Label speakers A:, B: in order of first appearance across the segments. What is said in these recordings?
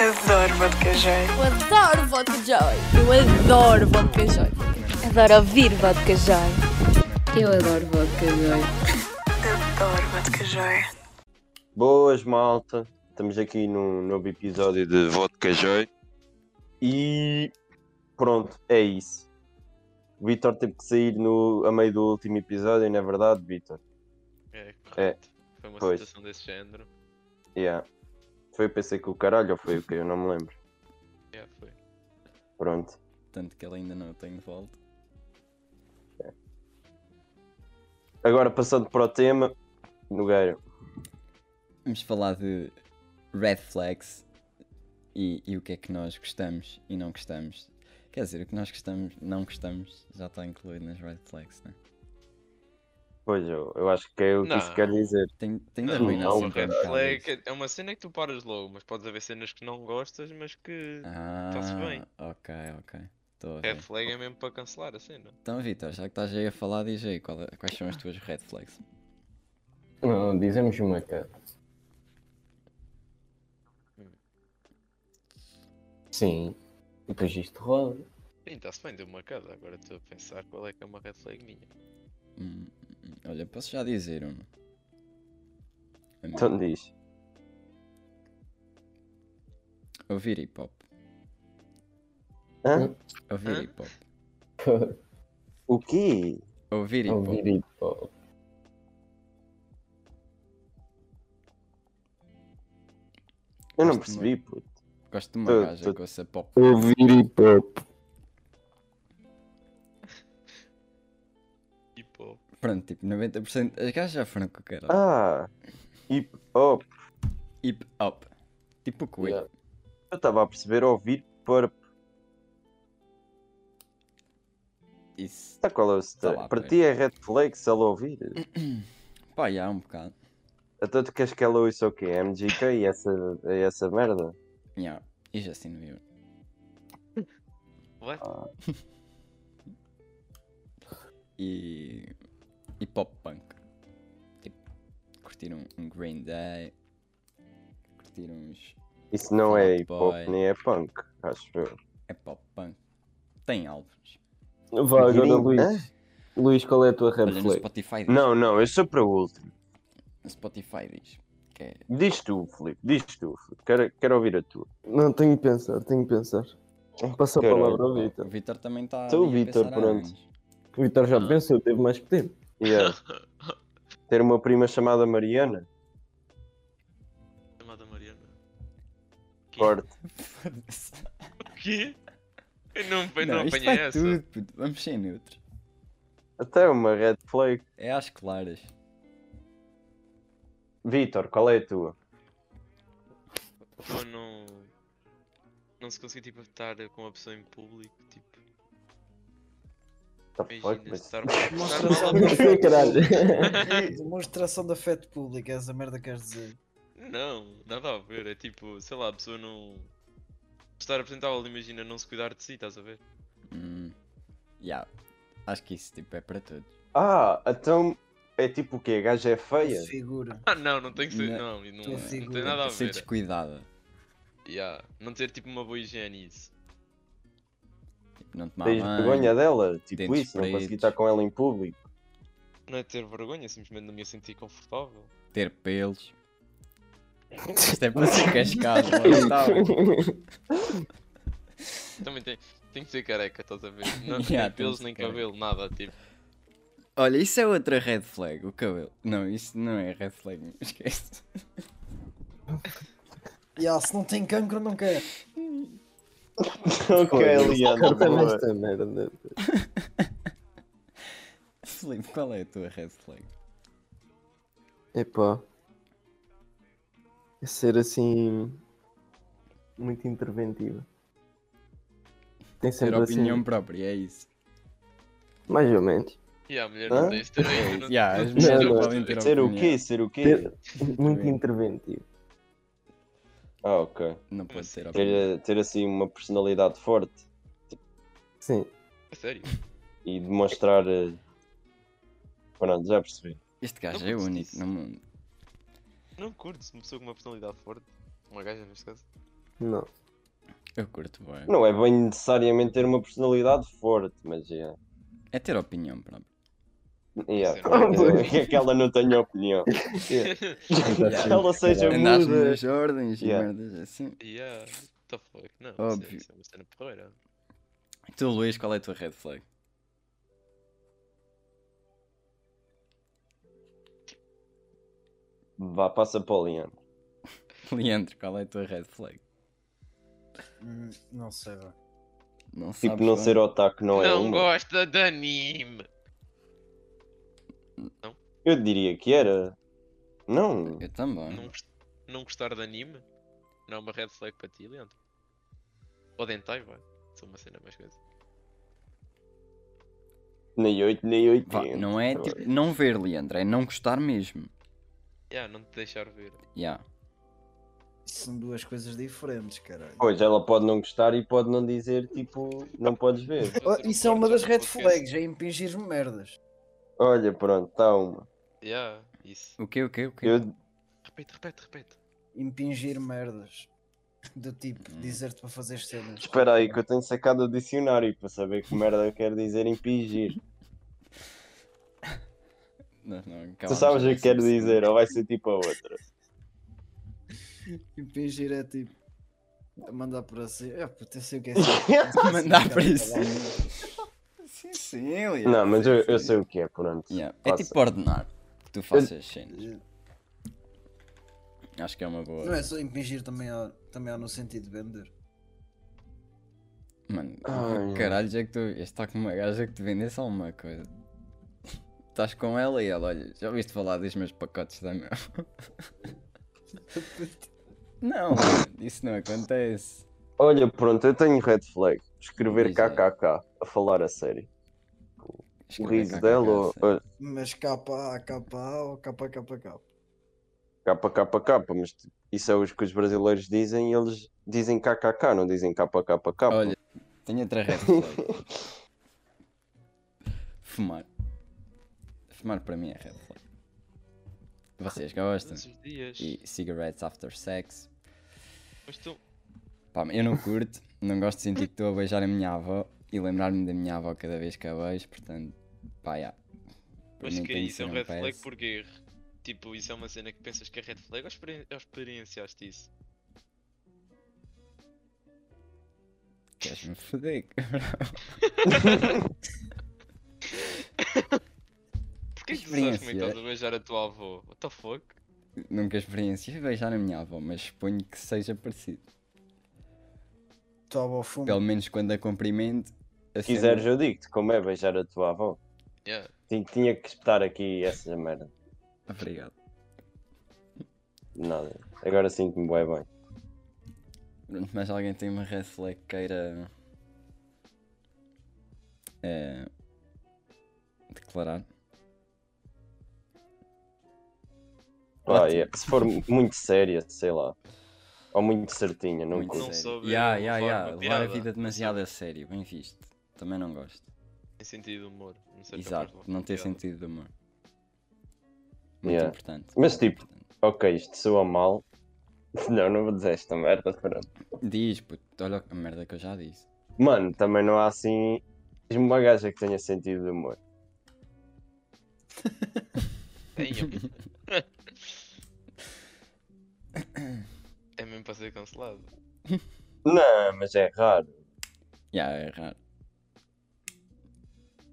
A: adoro vodka joy.
B: Eu adoro vodka joy. Eu adoro vodka joy. Adoro ouvir vodka joy.
C: Eu adoro vodka joy.
A: Adoro vodka joy.
D: Boas, malta. Estamos aqui num novo episódio de Vodka Joy. E pronto, é isso. O Vitor teve que sair no, a meio do último episódio, não é verdade, Vitor?
E: É, correto. Foi uma
D: pois.
E: situação desse género.
D: Yeah. Foi o PC que o caralho ou foi o que? Eu não me lembro.
E: Yeah, foi.
D: Pronto.
F: Tanto que ela ainda não tem de volta.
D: Agora passando para o tema, Nogueira.
F: Vamos falar de red flags e, e o que é que nós gostamos e não gostamos. Quer dizer, o que nós gostamos, não gostamos, já está incluído nas red flags, né?
D: Pois eu, eu acho que é o que isso
E: Não.
D: quer dizer.
F: Tem, tem de
D: Não,
F: arruinar
D: não,
E: Não,
F: sempre
D: red
F: um bocado isso.
E: é uma cena que tu paras logo, mas podes haver cenas que não gostas, mas que Tá-se bem.
F: Ah, ok, ok. Estou a
E: red
F: ver.
E: flag é mesmo para cancelar a cena.
F: Então, Vitor, já que estás aí a falar, diz aí qual é- quais são as tuas red flags.
D: Não, dizemos uma, cara. Sim. Depois isto rola.
E: Sim, está-se bem, deu uma casa. Agora estou a pensar qual é que é uma red flag minha.
F: Hum, hum, olha, posso já dizer uma? A minha.
D: Então diz.
F: Ouvir hip hop.
D: Hã?
F: Ouvir
E: Hã?
F: hip hop.
D: O quê?
F: Ouvir hip hop.
G: Ouvir hip hop.
D: Eu não
F: Gosto
D: percebi, puto.
F: Gosto de uma
D: Tu-
F: gaja
D: tu-
F: com essa pop.
G: É Ouvir hip hop.
E: Hip hop.
F: Pronto, tipo, 90% as gajas já foram com o caralho.
D: Ah! Hip hop.
F: Hip hop. Tipo o Queen.
G: Yeah.
D: Eu estava a perceber ouvir para.
F: Isso.
D: Sabe qual é o
F: Tá lá,
D: setor? Para
F: peraí.
D: ti é red flag se ela ouvir.
F: Pá, já, um bocado.
D: Até tu queres que ela ouça o quê? MGK e essa, e essa merda?
F: Yeah. E já assim não viu.
E: What?
D: Ah.
F: E. E pop punk. Tipo, curtir um, um Green Day. Curtir uns.
D: Isso não é
F: Fuck
D: hip hop
F: boy.
D: nem é punk, acho eu.
F: É pop punk. Tem álbuns.
G: Vá, agora
D: Green-
G: Luís.
D: Hã?
G: Luís, qual é a tua red
F: Olha, no
G: flag?
F: Spotify diz.
D: Não, não, eu sou para o último.
F: No Spotify diz. Que é.
D: Diz tu, Filipe, diz tu. Filipe. Quero, quero ouvir a tua.
G: Não, tenho que pensar, tenho que pensar. Passa a
D: Caralho.
G: palavra ao
F: O
G: Vitor.
F: Vitor também tá está.
D: Então o Vítor, pronto.
G: O Vitor
F: Ah.
G: já pensou, teve mais que tempo.
D: Yeah. Ter uma prima chamada Mariana?
E: Chamada Mariana. Que?
D: Forte.
E: O quê? Eu não, eu não,
F: Não, isto
E: apanhei
F: vai
E: essa.
F: tudo, puto. Vamos ser neutros.
D: Até uma red flag.
F: É às claras.
D: Vitor, qual é a tua?
E: Ou não. Não se conseguir tipo, estar com a pessoa em público. Tipo,
D: Tá fuck,
E: imagina
D: mas...
E: estar
H: Mostra
E: estar
H: só
E: mal-
H: uma foto.
G: Caralho.
H: Demonstração de afeto público, essa merda queres dizer?
E: Não, nada a ver. É tipo, sei lá, a pessoa não. Estar apresentável, imagina não se cuidar de si, estás a ver?
F: Hum. Yeah. Acho que isso tipo, é para todos.
D: Ah, então é tipo o quê? A gaja é feia?
H: Figura.
E: Ah, não, não tem que ser.
F: Não.
E: Não, não,
H: Tô
E: não
H: seguro.
E: tem nada a
F: Tipo, Ser
E: ver.
F: descuidada.
E: Yeah. Não ter tipo uma boa higiene, isso.
F: Tipo, não tomar
D: Tens
F: banho.
D: vergonha dela? Tipo
F: dentes
D: isso, não consegui
F: pretos.
D: estar com ela em público.
E: Não é ter vergonha, simplesmente não me ia sentir confortável.
F: ter pelos. Isto é para ser cascado, lá está, bem.
E: Também tem, tem que ser careca, estás a ver? Não,
F: Yeah,
E: nem pelos,
F: tem
E: nem
F: que ser
E: cabelo, nada, tipo.
F: Olha, isso é outra red flag, o cabelo. Não, isso não é red flag, não esquece.
H: E ah, se não tem cancro, não quer.
D: ok, Eliana,
G: Corta
D: é boa.
G: nesta merda. né?
F: Filipe, qual é a tua red flag?
G: Epá. É ser assim. Muito interventiva. Tem
F: Ter
G: sempre assim.
F: opinião própria, é isso.
G: Mais ou menos.
E: E a mulher
D: Hã?
E: não tem isso também. não-
F: Yeah, as
E: não-
F: mulheres
E: não-
F: não podem ter
D: Ser o
F: opinião.
D: quê? Ser o quê?
G: um Ter- Muito interventivo.
D: Ah, ok.
F: Não pode ter opinião.
D: Ter, ter assim uma personalidade forte
G: Sim.
E: Sério.
D: e demonstrar. eh, Pronto, já percebi.
F: Este gajo
E: Não
F: é
E: podes
F: único
E: dizer.
F: no mundo.
E: Não curto uma pessoa com uma personalidade forte. Uma gaja, neste caso.
G: Não.
F: Eu curto bem.
D: Não é bem necessariamente ter uma personalidade forte, mas é.
F: É ter opinião própria.
D: Yeah,
E: Sim.
D: pois, é que ela não tenha opinião. Que ela seja
F: Andar
D: muda.
F: nas É ordens
D: Yeah.
F: e merdas assim.
E: Yeah, what the fuck? Não,
F: Óbvio.
E: Isso, é, isso é uma cena porreira.
F: Tu, Luís, qual é a tua red flag?
D: Vá, passa para o Leandro.
F: Leandro, qual é a tua red flag?
H: Hum, não sei, vá.
F: Não sabes,
D: Tipo, não
F: bem?
D: ser otaku não, é
E: Não
D: uma.
E: gosta de anime!
D: Eu diria que era. Não.
F: Eu também.
E: Não, gost- não gostar de anime? Não é uma red flag para ti, Leandro? Ou dentai, vai. Sou uma cena mais coisa.
D: Nem 8, nem 8.
F: Vá, não é tipo, não ver, Leandro, é não gostar mesmo.
E: Yeah, não te deixar ver.
F: Yeah.
H: São duas coisas diferentes, caralho.
D: Pois, ela pode não gostar e pode não dizer, tipo, não podes ver.
E: Vou
H: Oh,
E: fazer um
H: isso é uma
E: corte
H: das
E: no
H: red
E: podcast.
H: flags, é impingir-me merdas.
D: Olha, pronto, está uma.
E: Yeah, isso.
F: O quê, o quê, o quê?
D: Eu,
E: Repete, repete, repete.
H: Impingir merdas. Do tipo,
F: Hum.
H: dizer-te para fazer cenas.
D: Uhum. espera aí, que eu tenho sacado o dicionário para saber que merda quer dizer impingir.
F: Não, não,
D: Tu
F: acabamos
D: sabes o que
F: dessa
D: quero
F: cena.
D: dizer, ou vai ser tipo a outra.
H: Impingir é tipo. a Mandar por assim. É, puta, eu sei o que é assim.
F: Mandar por assim. Sim, sim, Leandro.
D: Não, mas eu,
F: sim,
D: eu
F: sim.
D: sei o que é, pronto.
F: Yeah. É
D: Passa.
F: tipo ordenar que tu faças as cenas. Acho que é uma
H: Não
F: boa.
H: é só impingir, também há, também há no sentido de vender.
F: Mano,
D: Ai.
F: caralho, já que tu. Este está com uma gaja que te vende é só uma coisa. Estás com ela e ela, olha, já ouviste falar dos meus pacotes da meu? Não, Leandro, isso não acontece.
D: Olha, pronto, eu tenho red flag. Escrever
F: Diz aí.
D: KKK, a falar a sério. O
F: Escrever
D: riso
F: KKK,
D: dela ou.
F: sim.
D: ou-
H: Mas capa a capa ou capa a capa a capa.
D: KKK, mas tipo, isso é o que os brasileiros dizem e eles dizem KKK, não dizem KKK.
F: Olha, tenho outra red flag. Fumar. Fumar para mim é red flag. Vocês gostam?
E: Todos os dias.
F: E cigarettes after sex.
E: Mas tu.
F: Pá, eu não curto, não gosto de sentir que estou a beijar a minha avó e lembrar-me da minha avó cada vez que a beijo, portanto, pá, já. Para
E: Mas
F: mim
E: que
F: tem de
E: isso é
F: ser
E: um red flag
F: PS.
E: porque. Tipo, isso é uma cena que pensas que é red flag ou, experien- ou experienciaste isso?
F: Queres-me foder, cabrão?
E: Porquê que tu sabes como é que
F: Experiência.
E: estás a beijar a tua avó? What the fuck?
F: Nunca experienciei beijar a minha avó, mas suponho que seja parecido.
H: Tua avó fuma.
F: Pelo menos quando a cumprimento. a
D: Se
F: cena-
D: quiseres, eu digo-te como é beijar a tua avó.
E: Yeah.
D: Tinha, tinha que espetar aqui essa merda.
F: Obrigado.
D: Nada. Agora sinto-me bem bem.
F: Pronto, mas alguém tem uma red flag que queira eh, declarar?
D: Ah,
F: Ótimo.
D: yeah. Se for muito séria, sei lá. Ou muito certinha, não
F: Muito
D: curto.
E: Não
F: sério.
E: soube
F: Ya, ya,
E: levar
F: ya,
E: uma
F: Levar a
E: piada.
F: vida demasiado a sério, bem visto. Também não gosto.
E: Tem sentido de humor. Não sei
F: Exato, não ter sentido de humor. Muito
D: Yeah.
F: importante.
D: Mas,
F: muito
D: tipo-
F: importante.
D: Ok, isto soa mal. Não, não vou dizer esta merda, pronto.
F: Diz, puto, olha a merda que eu já disse.
D: Mano, também não há assim. Diz-me uma gaja que tenha sentido de humor.
E: É mesmo para ser cancelado.
D: Não, mas é raro.
F: Ya, é raro.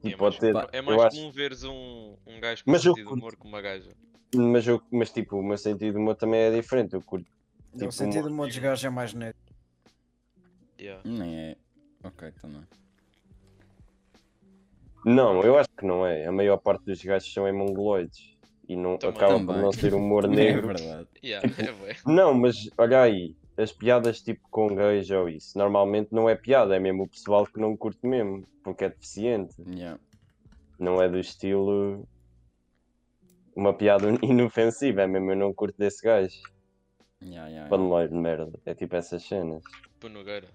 E: E
D: Tipo, pode ter.
E: é mais, é
D: eu
E: mais
D: acho-
E: comum veres um, um gajo com
D: Mas eu
E: sentido de
D: curto.
E: humor com uma gaja.
D: Mas, eu, mas tipo, o meu sentido de humor também é diferente. Eu curto.
H: No
D: Tipo,
H: sentido
D: uma-
H: de um monte de gajo é mais neto.
E: Yeah.
F: Nem é. Ok, também.
D: Não, eu acho que não é. A maior parte dos gajos são em mongoloides. E não,
E: Também.
D: acaba por
F: Também.
D: não ser humor
F: Também
D: negro.
F: É verdade.
E: Yeah, é bué.
D: Não, mas olha aí, as piadas tipo com gays ou isso, normalmente não é piada, é mesmo o pessoal que não curte mesmo, porque é deficiente,
F: Ya.
D: não é do estilo uma piada inofensiva, é mesmo eu não curto desse gajo,
F: Ya, ya, ya.
D: paneleiro de merda, é tipo essas cenas.
E: Pô, Nogueira.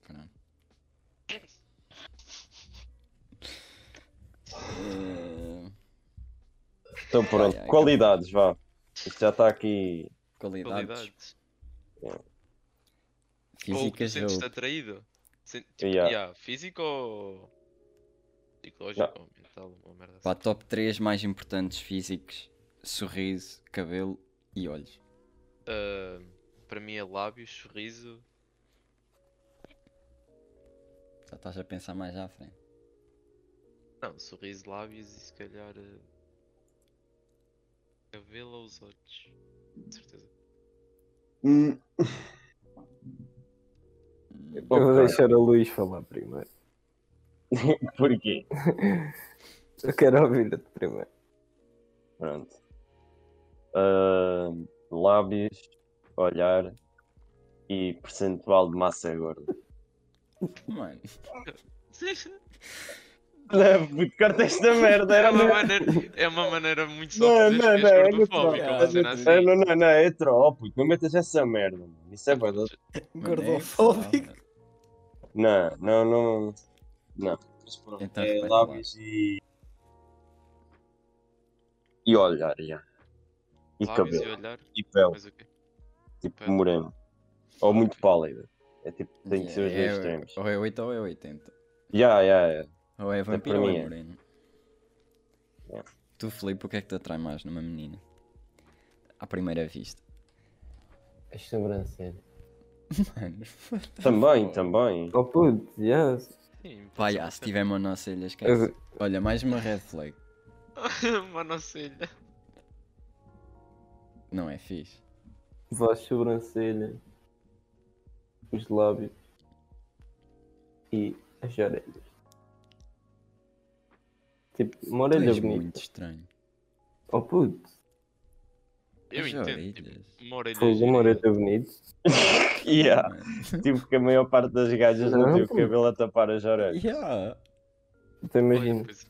F: Pronto. Eh,
D: Então pronto,
F: Ai, ai,
D: qualidades, vá. Isto já está aqui.
F: qualidades.
E: Qualidades. Ou
F: Física, é
E: tu sentes-te
F: jogo.
E: atraído? Sen- tipo,
D: Yeah.
E: yeah, físico ou. psicológico ou mental, uma merda assim.
F: Pá, top 3 mais importantes físicos: sorriso, cabelo e olhos.
E: Ah, para mim é lábios, sorriso.
F: Já estás a pensar mais à frente.
E: Não, sorriso, lábios e se calhar. ah, cabelo ou os olhos. De certeza.
D: Hum,
G: Eu vou
D: Ok.
G: deixar a Luís falar primeiro.
D: Porquê?
G: Eu quero ouvir-te primeiro.
D: Pronto. Ah, lábios, olhar e percentual de massa gorda.
F: Mano,
D: Não, corta esta merda,
E: É
D: era
E: uma
D: uma
E: maneira, é uma maneira muito
D: Não,
E: só de
D: não,
E: dizer que
D: não, é
E: és
D: neutral.
E: gordofóbico,
F: É,
E: uma cena assim.
D: Ah, Não, não, não, é troll, puto. Não metas essa merda, mano.
E: assim.
D: Isso é verdade.
F: mano, é isso,
H: Um Gordofóbico.
F: pá.
D: Não, não, não. Não. Mas pronto,
F: Então,
D: é
F: repete lá.
D: lábios e. E olhar, já. E
E: Lábios
D: cabelo.
E: e olhar.
D: E pele,
E: Mas o quê?
D: tipo
E: pele.
D: moreno. Ou muito pálida. É tipo, tem que ser os
F: Yeah,
D: dois
F: é-
D: extremos.
F: Ou é 8 ou é 80.
D: Já, já, já.
F: Ou é vampiro
D: para
F: ou
D: mim
F: é
D: é.
F: moreno.
D: Yeah.
F: Tu, Filipe, o que é que te atrai mais numa menina? À primeira vista.
I: As sobrancelhas.
F: Mano,
D: Também, também.
G: Oh puto, yes.
E: Sim,
F: vai, ah, se tiver monocelhas, esquece. Olha, mais uma red flag.
E: Monocelha.
F: Não é fixe.
G: Voz sobrancelha. Os lábios. E as orelhas. Tipo, uma
F: Tu
G: orelha
F: és
G: bonita.
F: muito estranho.
G: Oh puto,
E: Eu
F: As
E: entendo. tipo, ah.
F: orelhas.
E: Uma orelha.
G: fogo, uma
E: gira.
G: orelha bonita.
D: Yeah.
F: Mano.
D: Tipo que a maior parte das gajas não
G: Não,
D: tem o
G: pô.
D: cabelo a tapar as orelhas.
F: Yeah.
G: Então
E: Olha,
G: imagina.
E: pois,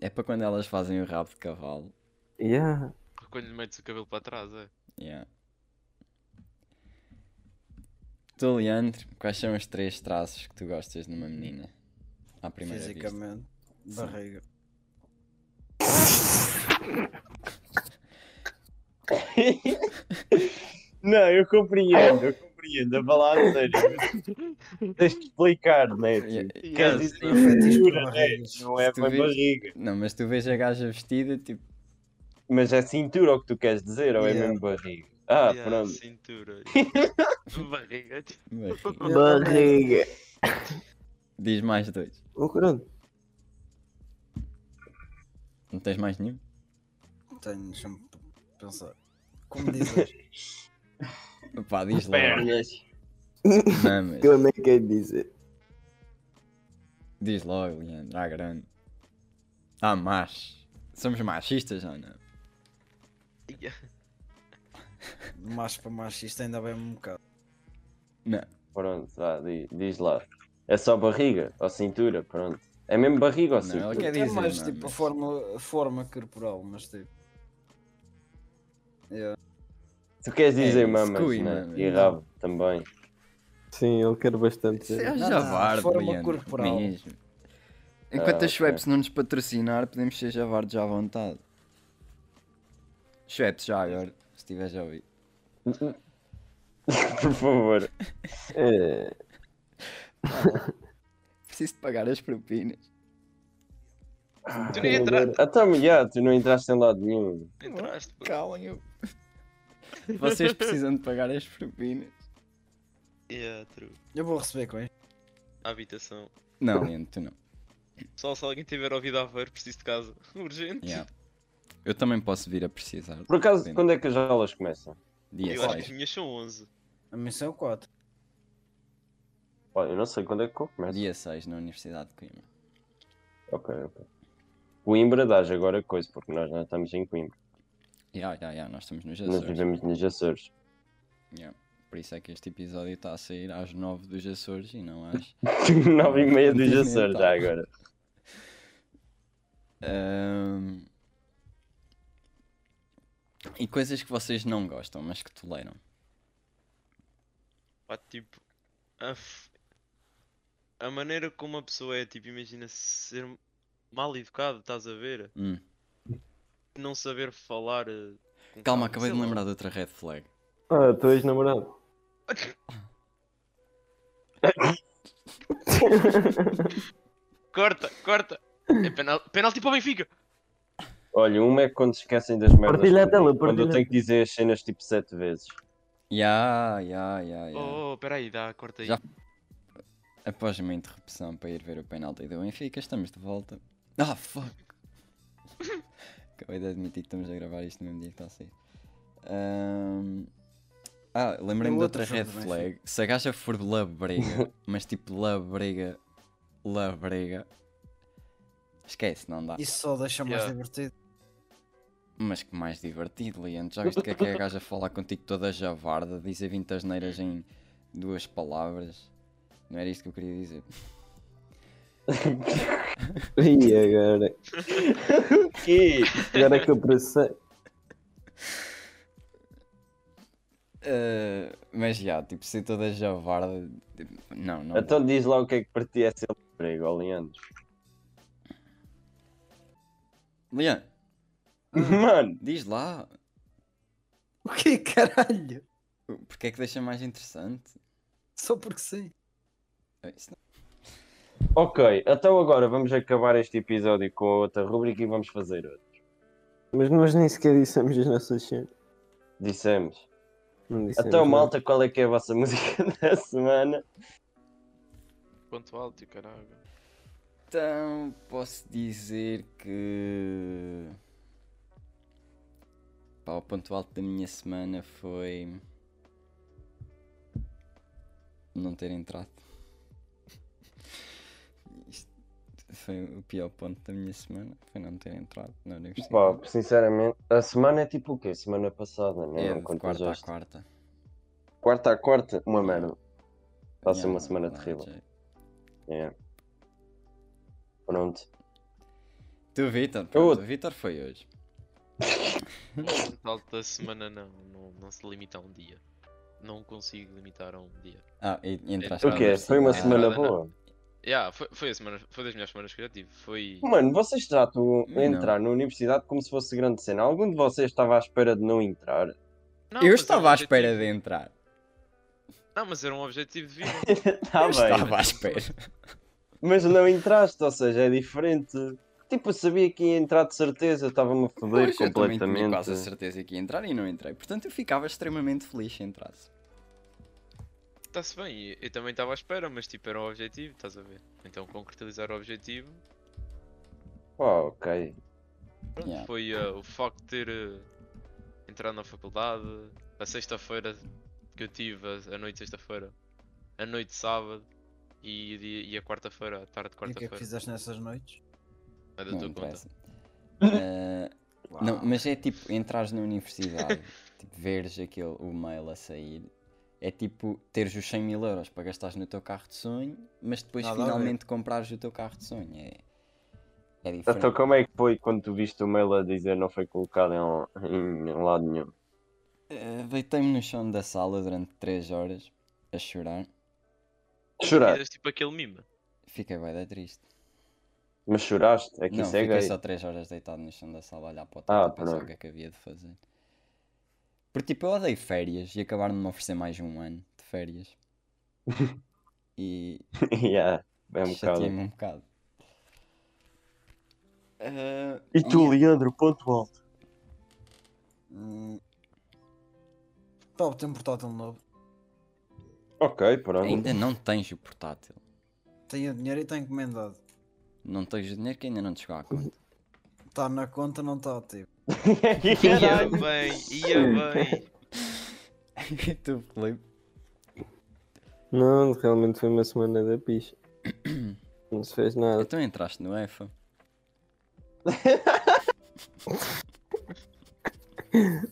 F: É para quando elas fazem o rabo de cavalo.
G: Yeah.
E: Quando lhe metes o cabelo para trás, é.
F: Yeah. Tu, Leandro, quais são os três traços que tu gostas numa menina? À primeira vista.
H: Fisicamente. Barriga.
D: Não, eu compreendo, eu compreendo. A balada a sério. Tens de explicar, né?
F: Yeah, é
D: Tipo,
E: yeah,
D: Queres
E: sim.
D: dizer
H: Eu fetiche por
D: feitura, né? Não é
H: barrigas.
F: Se tu
D: para
F: vês-
D: barriga.
F: Não, mas tu vês a gaja vestida, tipo,
D: Mas é cintura o que tu queres dizer, ou é
H: Yeah.
D: mesmo barriga? Ah,
E: Yeah,
D: pronto.
E: Cintura. Barriga.
F: barriga.
E: tipo,
G: Barriga.
F: diz mais dois.
G: Oh, caralho.
F: Não tens mais nenhum?
H: Tenho, deixa-me p- pensar. Como dizes?
F: Pá, diz lá.
D: Pernas.
F: Não, mas
G: que Eu nem quero dizer.
F: diz logo, Leandro. Ah, grande. Ah, mas. Somos machistas ou não?
H: De macho para machista ainda bem um bocado.
F: Não.
D: Pronto, vá, di- diz lá. É só barriga ou cintura, pronto. É mesmo barriga ou
F: Não,
D: cintura?
F: ela quer
H: É
F: dizer.
H: mais
F: não,
H: tipo a
F: mas-
H: forma, a forma corporal, mas tipo.
D: Tu queres dizer
F: É,
D: mamas,
F: scui,
D: né?
F: mamas.
D: E rabo também.
G: Sim, ele quer bastante.
F: Isso é
H: Não,
F: javarde,
H: forma
F: Leandro,
H: corporal.
F: mesmo. Enquanto
D: Ah,
F: a
D: ok.
F: Schweppes não nos patrocinar, podemos ser javardes à vontade. Schweppes, já agora, se estiveres a ouvir.
D: Por favor.
G: É.
F: Preciso de pagar as propinas.
E: Tu nem entraste.
D: Até melhor, Então, tu não entraste em lado nenhum.
E: entraste pô.
F: Calem eu. Vocês precisam de pagar as propinas.
E: Yeah, true.
H: Eu vou receber com isto.
E: Habitação.
F: Não, Leandro, tu não.
E: Pessoal, se alguém tiver ouvido a ver, preciso de casa. Urgente.
F: Yeah. Eu também posso vir a precisar.
D: Por acaso, quando é que as aulas começam?
F: Dia
E: Eu acho que as
F: 6.
E: minhas são 11.
H: A missão é 4.
D: Olha, eu não sei quando é que eu começo.
F: Dia 6 na Universidade de Coimbra.
D: Ok, ok. Coimbra dás agora coisa, porque nós não estamos em Coimbra.
F: Ya, ya, ya, nós estamos nos
D: Nós
F: Açores.
D: vivemos nos Açores.
F: Ya. Por isso é que este episódio está a sair às 9 dos Açores e não às
D: Nove e meia dos
F: Continental.
D: Açores, já agora.
F: Ahm. E coisas que vocês não gostam, mas que toleram.
E: Pá, tipo. A, f- a maneira como a pessoa é, tipo, imagina ser mal educado, estás a ver?
F: Hum.
E: Não saber falar. eh,
F: Calma,
E: com calma,
F: acabei
E: sei
F: de me
E: lá.
F: lembrar de outra red flag.
G: Ah, tu és namorado.
E: Corta, corta. É penal- penalti para o Benfica.
D: Olha, uma é quando se esquecem das merdas.
G: Partilha a
D: que eu
G: tela,
D: digo, Quando eu
G: partilha a
D: tenho que dizer as cenas tipo sete vezes.
F: Ya, ya, ya, ya.
E: Oh, peraí, dá, corta aí.
F: Já. Após uma interrupção para ir ver o penalti do Benfica, estamos de volta. Ah, fuck! Acabei de admitir que estamos a gravar isto no mesmo dia que está a sair. Ahm, Ah, lembrei-me
H: No
F: de
H: outro
F: outra red
H: jogo do
F: flag. Se a gaja for de love briga, mas tipo love briga, love briga, esquece, não dá.
H: Isso só deixa mais
E: Yeah.
H: divertido.
F: Mas que mais divertido, Leandro. Já viste o que é que é a gaja falar contigo toda javarda, dizer 20 asneiras em duas palavras? Não era isto que eu queria dizer.
G: E agora?
D: Que?
G: Agora é que eu processei.
F: Ah, mas já, tipo, ser toda javarda. tipo, não, não.
D: Então diz lá o que é que para ti é ser emprego, ó Leandro.
F: Leandro, Ah.
D: Mano,
F: diz lá.
H: O que caralho?
F: Porque é que deixa mais interessante?
H: Só porque sim.
F: Ah, isso não-
D: ok, então agora vamos acabar este episódio com a outra rubrica e vamos fazer outra.
G: Mas nós nem sequer dissemos as nossas cenas.
D: Dissemos.
G: Não dissemos
D: Então,
G: nada.
D: malta, qual é que é a vossa música da semana?
E: Ponto alto, caralho.
F: Então, posso dizer que. Pá, o ponto alto da minha semana foi. Não ter entrado. Isto foi o pior ponto da minha semana. Foi não ter entrado na universidade.
D: Pá, sinceramente, a semana é tipo o quê? Semana passada, né? não
F: é
D: Não
F: de
D: conto
F: quarta a
D: hoje.
F: quarta.
D: Quarta a quarta, uma merda. Está a ser
F: Yeah,
D: uma semana
F: não há
D: terrível.
F: jeito.
D: É. Pronto.
F: Tu, Vitor,
D: outro.
F: o Vitor foi hoje.
E: Ponto alto da semana não, não, não se limita a um dia. Não consigo limitar a um dia.
F: Ah, e e entraste
D: O
F: na
D: quê? Foi uma
F: universidade.
D: semana
E: nada,
D: boa?
E: Yeah, foi, foi, a semana, foi das melhores semanas que eu já tive. Foi.
F: É.
D: Mano, vocês tratam
F: Não.
D: a entrar na universidade como se fosse grande cena. Algum de vocês estava à espera de não entrar?
F: Eu
E: Não, mas era
F: estava
E: um
F: à espera de
E: objetivo-
F: entrar.
E: Não, mas era um objetivo de vida.
D: Está
F: Eu
D: Tá bem,
F: estava à espera.
D: mas não entraste, ou seja, é diferente. Tipo, eu sabia que ia entrar de certeza, eu estava-me a foder
F: Pois, eu também tinha
D: completamente.
F: quase a certeza que ia entrar e não entrei. Portanto, eu ficava extremamente feliz se entrasse.
E: Está-se bem, eu, eu também estava à espera, mas tipo, era um objetivo, estás a ver? Então, concretizar o objetivo
D: Pá, ok.
E: pronto,
F: Yeah.
E: foi eh, o facto de ter eh, entrado na faculdade. A sexta-feira que eu tive, a, a noite de sexta-feira, a noite de sábado e, o dia- e a quarta-feira, a tarde de
H: E o que é que
E: quarta-feira.
H: fizeste nessas noites?
E: É da
F: Não
E: tua conta.
F: interessa. Ah, não, mas é tipo, entrares na universidade, tipo, veres aquele, o mail a sair, é tipo teres os 100 mil euros para gastares no teu carro de sonho, mas depois
H: Nada a ver.
F: finalmente comprares o teu carro de sonho. É, é diferente.
D: Então, como é que foi quando tu viste o mail a dizer não foi colocado em, em lado nenhum?
F: Ah, Deitei-me no chão da sala durante 3 horas a chorar.
D: Chorar.
E: Fizeste tipo aquele mimo.
F: Fiquei bem triste.
D: Mas choraste? É que
F: não,
D: isso é
F: fiquei
D: gay.
F: só 3 horas deitado no chão da sala a olhar para o
D: Ah,
F: teto a pensar
D: pronto.
F: o que é que havia de fazer. Porque tipo, eu odeio férias e acabaram de me oferecer mais um ano de férias. e
D: yeah, é um bocado.
F: chateei-me um bocado. Ah,
D: E tu, Leandro, ponto alto.
H: hum, Top, tem um portátil novo.
D: Ok, pronto.
F: ainda não tens o portátil.
H: Tenho dinheiro e está encomendado.
F: Não tens o dinheiro que ainda não te chegou à conta.
H: Está Tá na conta, não tipo, está ativo.
E: Ia bem, ia bem.
F: E tu, Filipe?
G: Não, realmente foi uma semana da picha. Não se fez nada.
F: Então entraste no EFA.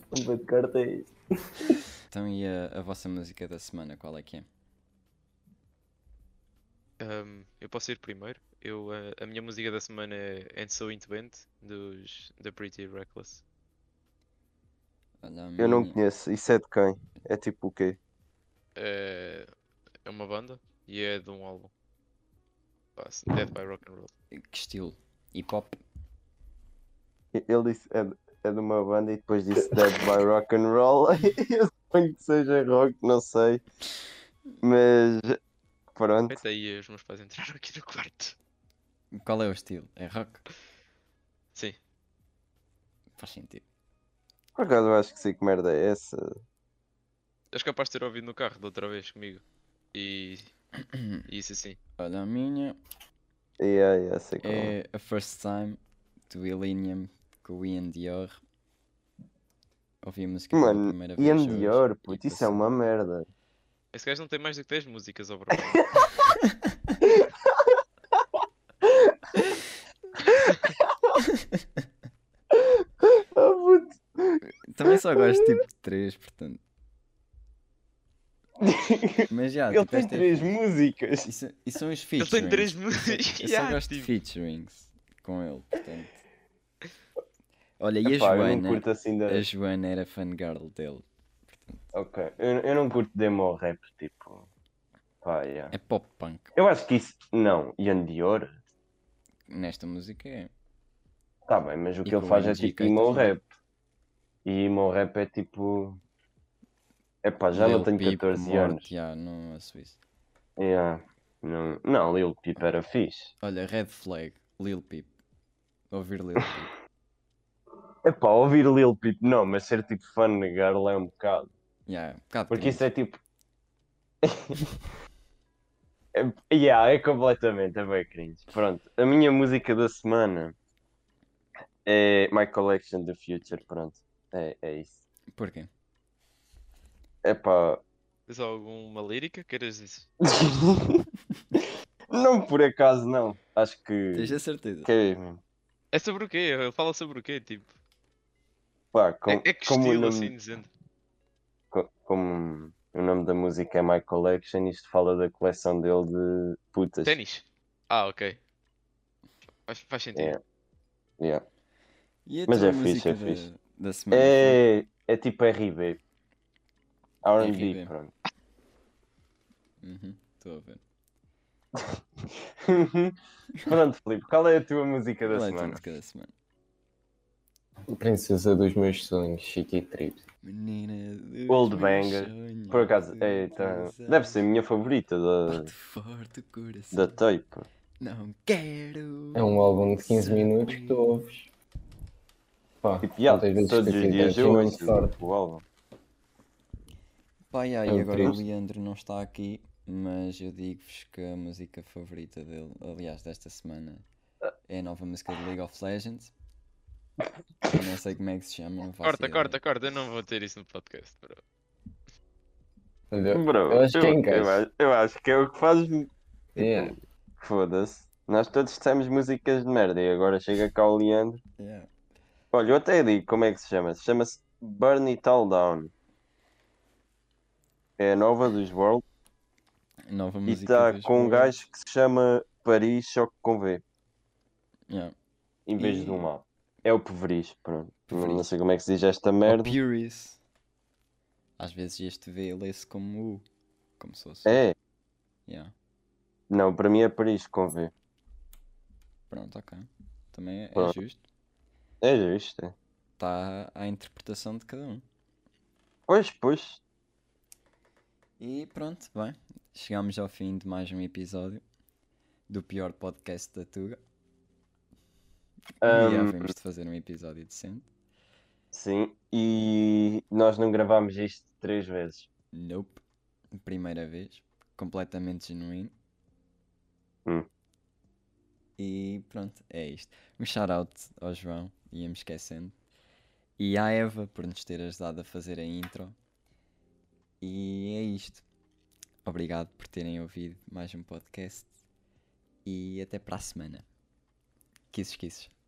G: Opa, de carta é isto.
F: Então e a, a vossa música da semana, qual é que é?
E: Ahm, eu posso ir primeiro. Eu, eh, a minha música da semana é And So Into Bent, dos The Pretty Reckless.
F: Olha, a
D: Eu não
F: minha-
D: conheço. Isso é de quem? É tipo o quê?
E: É, é uma banda e é de um álbum. Pá, assim, Dead by Rock and Roll.
F: Que estilo? Hip hop?
D: Ele disse é, de- é de uma banda e depois disse Dead by Rock and Roll. Suponho que seja rock, não sei. Mas pronto.
E: Feita aí, os meus pais entraram aqui no quarto.
F: Qual é o estilo? É rock?
E: Sim.
F: Faz sentido.
D: Por acaso eu acho que sei que merda é essa.
E: És capaz de ter ouvido no carro da outra vez comigo. E. e isso assim.
F: Olha, a minha
D: E aí, eu sei qual é.
F: é A First Time do Illenium com o Ian Dior. Ouvi é a música pela
D: Mano,
F: primeira vez.
D: Ian
F: hoje
D: Dior,
F: e
D: puto, isso é
F: passei-
D: uma merda.
E: Esse gajo não tem mais do que 10 músicas, ó, bro.
D: Ah, puto. um-
F: Também só gosto tipo de 3, portanto. Mas já,
D: Ele
F: tipo,
D: tem
F: esta é
D: três
F: fixe.
D: músicas.
F: Isso, isso são os
E: Ele
F: featurings.
E: tem 3
F: Eu só-
E: músicas.
F: Eu só
E: Yeah,
F: gosto de
E: tipo,
F: featurings com ele, portanto. Olha, e né? a
D: Epá, eu não
F: Joana?
D: curto assim da.
F: A Joana era fangirl dele.
D: Ok. Eu, eu não curto demo rap, tipo. Pá, yeah.
F: É pop punk.
D: Eu acho que isso. Não, Ian Dior.
F: Nesta música é.
D: Tá bem, mas o
F: E
D: que ele
F: com
D: faz é
F: MGK
D: tipo emo
F: também.
D: rap. E emo rap é tipo. Epá, já não
F: Lil
D: tenho
F: Peep,
D: 14
F: Mort,
D: anos.
F: já, não é suíço.
D: Yeah. Não, não, Lil Peep era fixe.
F: Olha, red flag, Lil Peep. Ouvir Lil Peep.
D: Epá, ouvir Lil Peep não, mas ser tipo fã de Girl é um bocado.
F: Yeah, um bocado
D: Porque isso
F: cringe.
D: é tipo. é, yeah, é completamente, é bem cringe. Pronto, a minha música da semana é My Collection The Future, pronto. É, é isso.
F: Porquê?
D: Epá.
E: Tens alguma lírica? Queiras dizer?
D: não por acaso não. Acho que.
F: Tens a certeza.
D: que é mesmo.
E: É sobre o quê? Ele fala sobre o quê? Tipo.
D: Pá, com-
E: É, é que
D: como, o
E: estilo
D: nome,
E: assim dizendo.
D: co- como o nome da música é My Collection, isto fala da coleção dele de putas.
E: Ténis? Ah, ok. Faz, faz sentido.
D: Yeah. Yeah.
F: E então a
D: Mas
F: tua
D: é fixe,
F: música
D: é
F: da,
D: fixe.
F: da
I: Uhum.
F: semana?
D: É, é tipo RB.
F: RB.
D: RB, pronto.
F: Uhum, Estou a ver.
D: pronto, Filipe, qual é a tua música da
F: Qual é a tua
D: semana?
F: música da semana?
I: Princesa dos meus sonhos, Chiqui Trips.
F: Menina dos
D: Old
F: meus
D: Banger.
F: sonhos,
D: Por acaso,
F: de
D: é, então,
F: casar.
D: deve ser a minha favorita da,
F: Bate forte o coração.
D: da tape.
F: Não quero.
I: É um álbum de 15 minutos que tu ouves. Pá,
D: Tipo, yeah,
I: quantas vezes
D: todos
I: tu
D: os
I: ficas
D: dias eu
I: muito
D: ouço
I: forte.
D: o álbum.
F: Pá, e aí,
I: É um
F: agora o
I: triste.
F: Leandro não está aqui, mas eu digo-vos que a música favorita dele, aliás, desta semana, é a nova música de League of Legends. Eu não sei como é que se chama, não faço
E: Corta,
F: ideia.
D: é.
E: corta, corta. Eu não vou ter isso no podcast, bro.
I: Entendeu?
D: Bro,
I: Eu acho que é
D: eu,
I: em casa.
D: eu acho- eu acho que é o que faz.
I: Yeah.
D: Foda-se. Nós todos temos músicas de merda e agora chega cá o Leandro.
F: Yeah.
D: Olha, eu até digo como é que se chama. Se chama-se Burn It All Down. É a nova dos World
F: A Nova
D: e
F: música
D: está
F: dos
D: com um
F: Boys.
D: gajo que se chama Paris só que com V.
F: Yeah.
D: em vez de
F: E-
D: um A. É o Peveris, pronto. Não- Não
F: Peveris.
D: sei como é que se diz esta
F: Ou
D: merda.
F: Puris. Às vezes este V lê-se como U. Como se fosse.
D: É,
F: Yeah.
D: não, para mim é Paris com V.
F: Pronto, ok. Também é, é
D: Pronto.
F: justo.
D: É justo. é.
F: Está à interpretação de cada um.
D: Pois, pois.
F: E pronto, bem. Chegámos ao fim de mais um episódio do pior podcast da Tuga. E
D: Ahm,
F: havíamos de fazer um episódio decente.
D: sim, e nós não gravámos isto três vezes.
F: Nope. Primeira vez. Completamente genuíno.
D: Hum.
F: E pronto, é isto. Um shout-out ao João, ia-me esquecendo. E à Eva por nos ter ajudado a fazer a intro. E é isto. Obrigado por terem ouvido mais um podcast. E até para a semana. Kisses, kisses.